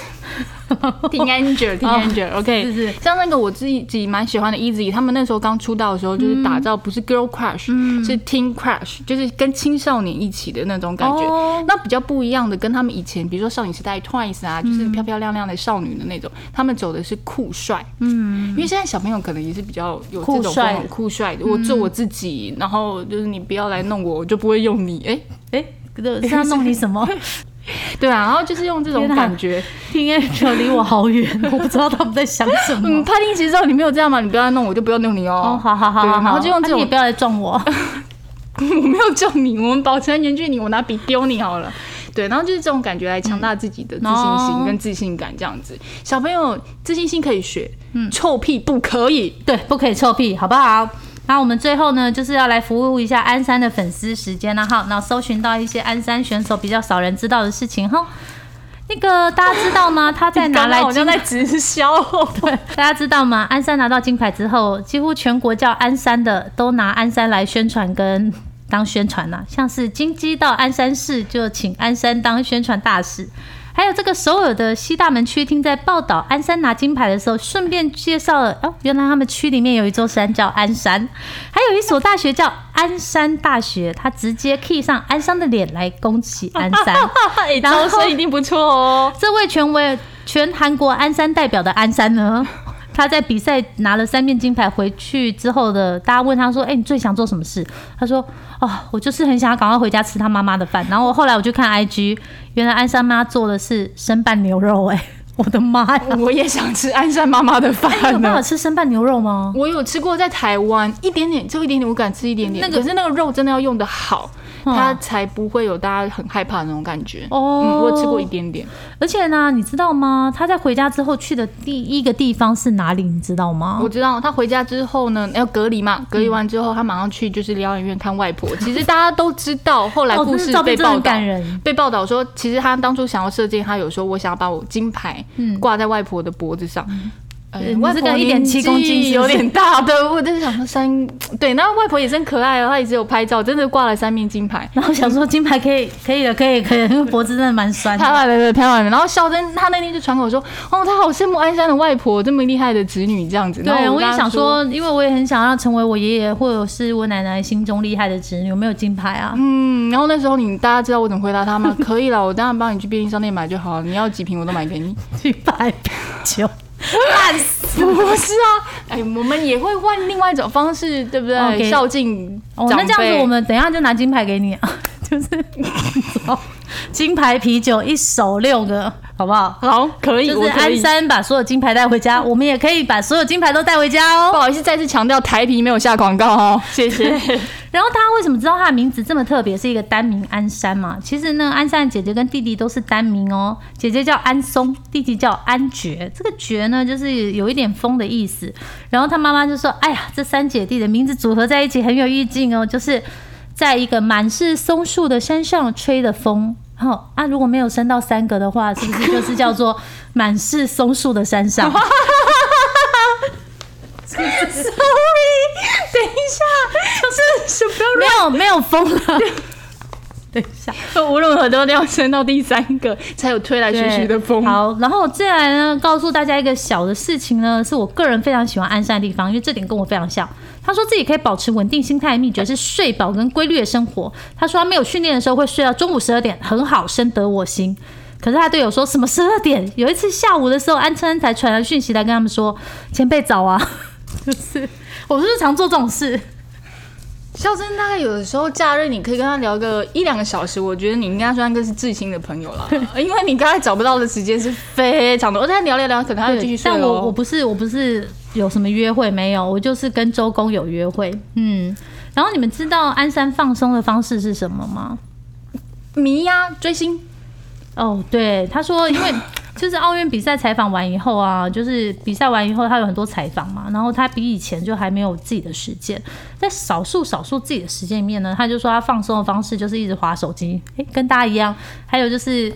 [SPEAKER 2] Teenager
[SPEAKER 1] 哦
[SPEAKER 2] Teenager OK，
[SPEAKER 1] 是是
[SPEAKER 2] 像那个我自己蛮喜欢的 Easy，他们那时候刚出道的时候，就是打造不是 Girl Crush，、是
[SPEAKER 1] 嗯
[SPEAKER 2] Teen Crush，就是跟青少年一起的那种感觉。
[SPEAKER 1] 哦
[SPEAKER 2] 那比较不一样的，跟他们以前比如说少女时代 Twice 啊，就是
[SPEAKER 1] 嗯
[SPEAKER 2] 漂漂亮亮的少女的那种，他们走的是酷帅。嗯，因为现在小朋友可能也是比较有这
[SPEAKER 1] 酷
[SPEAKER 2] 种
[SPEAKER 1] 帅嗯
[SPEAKER 2] 风格酷帅的，我做我自己，然后就是你不要来弄我，我就不会用你。哎、
[SPEAKER 1] 哎，这是要弄你什么
[SPEAKER 2] 对啊，然后就是用这种
[SPEAKER 1] 天哪
[SPEAKER 2] 感觉。
[SPEAKER 1] ？Teenager 离我好远，我不知道他们在想什
[SPEAKER 2] 嗯，
[SPEAKER 1] 么。
[SPEAKER 2] 拍定期之后你没有这样嘛？你不要来弄我，我就不要弄你
[SPEAKER 1] 哦，
[SPEAKER 2] 哦。
[SPEAKER 1] 好好好
[SPEAKER 2] 对
[SPEAKER 1] 好，
[SPEAKER 2] 然后就用
[SPEAKER 1] 啊
[SPEAKER 2] 这
[SPEAKER 1] 你也
[SPEAKER 2] 种
[SPEAKER 1] 不要来撞 我。
[SPEAKER 2] 我没有救你，我们保持安全距离，我拿笔丢你好了。对，然后就是这种感觉来强大自己的自信
[SPEAKER 1] 哦
[SPEAKER 2] 心跟自信感，这样子。小朋友自信心可以学，
[SPEAKER 1] 嗯
[SPEAKER 2] 臭屁不可以。
[SPEAKER 1] 对，不可以臭屁，好不好？那我们最后呢，就是要来服务一下鞍山的粉丝时间了哈，然后搜寻到一些鞍山选手比较少人知道的事情哈。那个大家知道吗？他在拿
[SPEAKER 2] 刚
[SPEAKER 1] 来
[SPEAKER 2] 刚好像
[SPEAKER 1] 金
[SPEAKER 2] 在直 销，对，
[SPEAKER 1] 大家知道吗？鞍山拿到金牌之后，几乎全国叫鞍山的都拿鞍山来宣传跟啊当宣传呐、像是金鸡到鞍山市就请鞍山当宣传大使，还有这个首尔的西大门区厅在报道鞍山拿金牌的时候，顺便介绍了哦，原来他们区里面有一座山叫鞍山，还有一所大学叫鞍山大学，他直接 key 上鞍山的脸来恭喜鞍山。
[SPEAKER 2] 哎，
[SPEAKER 1] 然后
[SPEAKER 2] 招生一定不错哦。
[SPEAKER 1] 这位全为全韩国鞍山代表的鞍山呢， 他在比赛拿了三面金牌回去之后的，大家问他说：“哎、你最想做什么事？”他说：“哦，我就是很想要赶快回家吃他妈妈的饭。”然后我后来我就看 IG，原来鞍山妈做的是生拌牛肉、哎， 我的妈呀！
[SPEAKER 2] 我也想吃鞍山妈妈的
[SPEAKER 1] 你哎有
[SPEAKER 2] 饭
[SPEAKER 1] 办法
[SPEAKER 2] 呢。
[SPEAKER 1] 吃生拌牛肉吗？
[SPEAKER 2] 我有吃过，在台湾一点点，就一点点，我敢吃一点点。
[SPEAKER 1] 那个
[SPEAKER 2] 可是那个肉真的要用的好，
[SPEAKER 1] 嗯
[SPEAKER 2] 它才不会有大家很害怕的那种感觉。
[SPEAKER 1] 哦
[SPEAKER 2] 嗯，我有吃过一点点。
[SPEAKER 1] 而且呢，你知道吗？他在回家之后去的第一个地方是哪里？你知道吗？
[SPEAKER 2] 我知道他回家之后呢，要隔离嘛，隔离完之后他马上去就是疗养院看外婆。其实大家都知道，后来
[SPEAKER 1] 哦
[SPEAKER 2] 故
[SPEAKER 1] 真
[SPEAKER 2] 事
[SPEAKER 1] 的照
[SPEAKER 2] 被
[SPEAKER 1] 片真的
[SPEAKER 2] 报
[SPEAKER 1] 很
[SPEAKER 2] 道，
[SPEAKER 1] 感人
[SPEAKER 2] 被报道说，其实他当初想要射箭，他有说我想要把我金牌挂在外婆的脖子上。呃
[SPEAKER 1] 你这个
[SPEAKER 2] 外婆
[SPEAKER 1] 1.7
[SPEAKER 2] 年纪
[SPEAKER 1] 公斤是不是
[SPEAKER 2] 有点大，对，我就是想说三，对，那外婆也真可爱哦，她也只有拍照，真的挂了三面金牌。
[SPEAKER 1] 然后想说金牌可以，可以了，可以，可以了，因为脖子真的蛮酸的
[SPEAKER 2] 拍。完了，对，拍完了。然后孝珍她那天就传口说，哦，她好羡慕鞍山的外婆，这么厉害的子女这样子。然
[SPEAKER 1] 对，
[SPEAKER 2] 后
[SPEAKER 1] 我
[SPEAKER 2] 跟
[SPEAKER 1] 也
[SPEAKER 2] 她
[SPEAKER 1] 想说，因为我也很想要成为我爷爷或者是我奶奶心中厉害的侄女，有没有金牌啊？
[SPEAKER 2] 嗯，然后那时候你大家知道我怎么回答 他吗？可以了，我当然帮你去便利商店买就好了，你要几瓶我都买给 你。
[SPEAKER 1] 一百 九，
[SPEAKER 2] 烂 死！不是啊，哎，我们也会换另外一种方式，对不对
[SPEAKER 1] OK
[SPEAKER 2] 孝敬
[SPEAKER 1] 哦，
[SPEAKER 2] 长
[SPEAKER 1] 那这样子
[SPEAKER 2] 辈
[SPEAKER 1] 我们等一下就拿金牌给你啊， 就是好金牌啤酒一手六个，好不好？
[SPEAKER 2] 好可以，
[SPEAKER 1] 就
[SPEAKER 2] 我
[SPEAKER 1] 是
[SPEAKER 2] 可
[SPEAKER 1] 鞍
[SPEAKER 2] 以。
[SPEAKER 1] 山把所有金牌带回家，我们也可以把所有金牌都带回家哦
[SPEAKER 2] 不。好意思，再次强调，台啤没有下广告哦，谢谢。
[SPEAKER 1] 然后大家为什么知道他的名字这么特别？是一个单名鞍山嘛？其实呢，鞍山的姐姐跟弟弟都是单名哦。姐姐叫安松，弟弟叫安觉。这个觉呢，就是有一点风的意思。然后他妈妈就说：“哎呀，这三姐弟的名字组合在一起很有意境哦，就是在一个满是松树的山上吹的风。”好、啊，如果没有生到三个的话，是不是就是叫做满是松树的山上？
[SPEAKER 2] Sorry，等一下，这是不
[SPEAKER 1] 没有没有风 了。等一下。
[SPEAKER 2] 要无论如何都要升到第三个，才有推来
[SPEAKER 1] 对
[SPEAKER 2] 徐徐的风。
[SPEAKER 1] 好，然后接下来呢，告诉大家一个小的事情呢，是我个人非常喜欢鞍山的地方，因为这点跟我非常像。他说自己可以保持稳定心态的秘诀是睡饱跟规律的生活。他说他没有训练的时候会睡到中午十二点，很好，深得我心。可是他队友说什么十二点？有一次下午的时候，安琛才传来讯息来跟他们说：“前辈早啊！”就是我是不是常做这种事？
[SPEAKER 2] 孝真大概有的时候假日你可以跟他聊个一两个小时，我觉得你应该算个是至亲的朋友 了，因为你刚才找不到的时间是非常多，而且聊聊聊，可能他就继续睡
[SPEAKER 1] 但
[SPEAKER 2] 了
[SPEAKER 1] 我我
[SPEAKER 2] 哦。
[SPEAKER 1] 不是我不是有什么约会没有，我就是跟周公有约会。嗯，然后你们知道鞍山放松的方式是什么吗？
[SPEAKER 2] 迷呀、追星，
[SPEAKER 1] 哦，对，他说因为 就是奥运比赛采访完以后啊，就是比赛完以后，他有很多采访嘛，然后他比以前就还没有自己的时间，在少数少数自己的时间里面呢，他就说他放松的方式就是一直划手机，诶，跟大家一样，还有就是。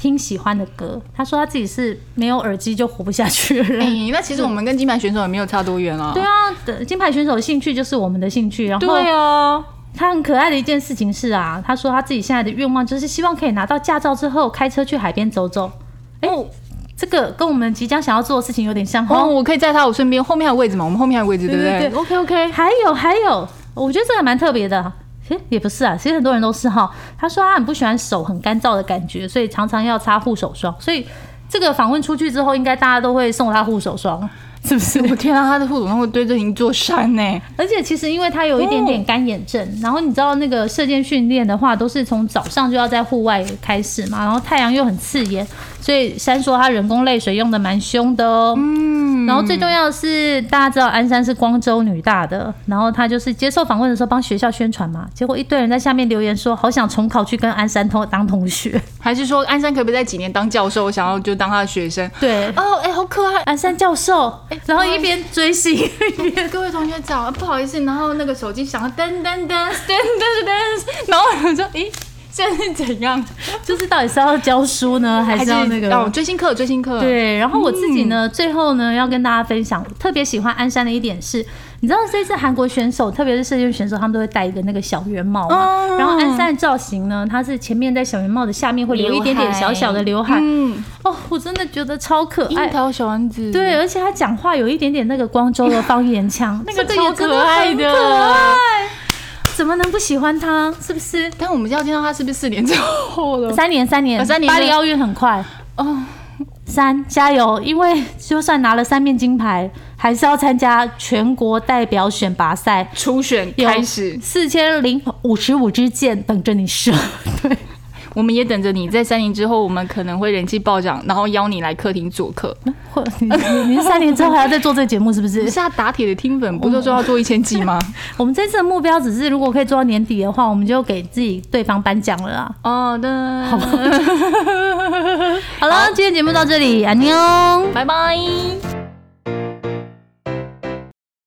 [SPEAKER 1] 听喜欢的歌，他说他自己是没有耳机就活不下去的人。
[SPEAKER 2] 哎、那其实我们跟金牌选手也没有差多远啊。
[SPEAKER 1] 对啊，的金牌选手的兴趣就是我们的兴趣。然后
[SPEAKER 2] 对啊，
[SPEAKER 1] 他很可爱的一件事情是啊，他说他自己现在的愿望就是希望可以拿到驾照之后开车去海边走走。哎、这个跟我们即将想要做的事情有点像
[SPEAKER 2] 哦，
[SPEAKER 1] 哦。
[SPEAKER 2] 我可以在他我身边，后面还有位置嘛？我们后面还有位置，对不
[SPEAKER 1] 对对对
[SPEAKER 2] OK OK，
[SPEAKER 1] 还有还有，我觉得这个蛮特别的。其实也不是啊，其实很多人都是哈。他说他很不喜欢手很干燥的感觉，所以常常要擦护手霜。所以这个访问出去之后，应该大家都会送他护手霜。
[SPEAKER 2] 是不 是？我天啊，他的副总会堆着一座山呢、
[SPEAKER 1] 而且其实因为他有一点点干眼症，然后你知道那个射箭训练的话，都是从早上就要在户外开始嘛，然后太阳又很刺眼，所以山说他人工泪水用的蛮凶的哦。嗯，然后最重要的是大家知道鞍山是光州女大的，然后他就是接受访问的时候帮学校宣传嘛，结果一堆人在下面留言说好想重考去跟鞍山同当同学，
[SPEAKER 2] 还是说鞍山可不可以在几年当教授？我想要就当他的学生。
[SPEAKER 1] 对。哎
[SPEAKER 2] 哦，哎、好可爱，
[SPEAKER 1] 鞍山教授，然后一边追星一边
[SPEAKER 2] 各位同学早，不好意思，然后那个手机响了，噔噔噔噔噔噔，然后我就说，咦，现在是怎样？
[SPEAKER 1] 就是到底是要教书呢，还是要那个？
[SPEAKER 2] 哦，追星课，追星课。，
[SPEAKER 1] 对，然后我自己
[SPEAKER 2] 嗯
[SPEAKER 1] 呢，最后呢要跟大家分享，我特别喜欢鞍山的一点是，你知道这次韩国选手，特别是射箭选手，他们都会戴一个那个小圆帽嘛。
[SPEAKER 2] 哦
[SPEAKER 1] 然后鞍山的造型呢，它是前面在小圆帽的下面会留一点点小小的刘海。
[SPEAKER 2] 嗯，哎
[SPEAKER 1] 哦，我真的觉得超可
[SPEAKER 2] 樱
[SPEAKER 1] 爱。
[SPEAKER 2] 桃小丸子。
[SPEAKER 1] 对，，而且他讲话有一点点那个光州的方言腔，那个
[SPEAKER 2] 这个
[SPEAKER 1] 也
[SPEAKER 2] 超
[SPEAKER 1] 真
[SPEAKER 2] 可爱
[SPEAKER 1] 很
[SPEAKER 2] 的
[SPEAKER 1] 可爱怎么能不喜欢他？是不是？
[SPEAKER 2] 但我们要见到他是不是四年之后 了？
[SPEAKER 1] 三年，三年，
[SPEAKER 2] 啊三年
[SPEAKER 1] 巴黎奥运很快。
[SPEAKER 2] 哦，
[SPEAKER 1] 三加油！因为就算拿了三面金牌，还是要参加全国代表选拔赛，
[SPEAKER 2] 初选
[SPEAKER 1] 有
[SPEAKER 2] 开始，
[SPEAKER 1] 四千零五十五支箭等着你 射。对，
[SPEAKER 2] 我们也等着你。在三年之后，我们可能会人气暴涨，然后邀你来客厅做客。
[SPEAKER 1] 或你你你是三年之后还要再做这个节目是不
[SPEAKER 2] 你
[SPEAKER 1] 是？
[SPEAKER 2] 是要打铁的听粉，不是说要做一千季 吗？
[SPEAKER 1] 我们这次的目标只是，如果可以做到年底的话，我们就给自己对方颁奖了啦。
[SPEAKER 2] 哦的， 好吧，
[SPEAKER 1] 好了，今天节目到这里，安妞。
[SPEAKER 2] 拜拜。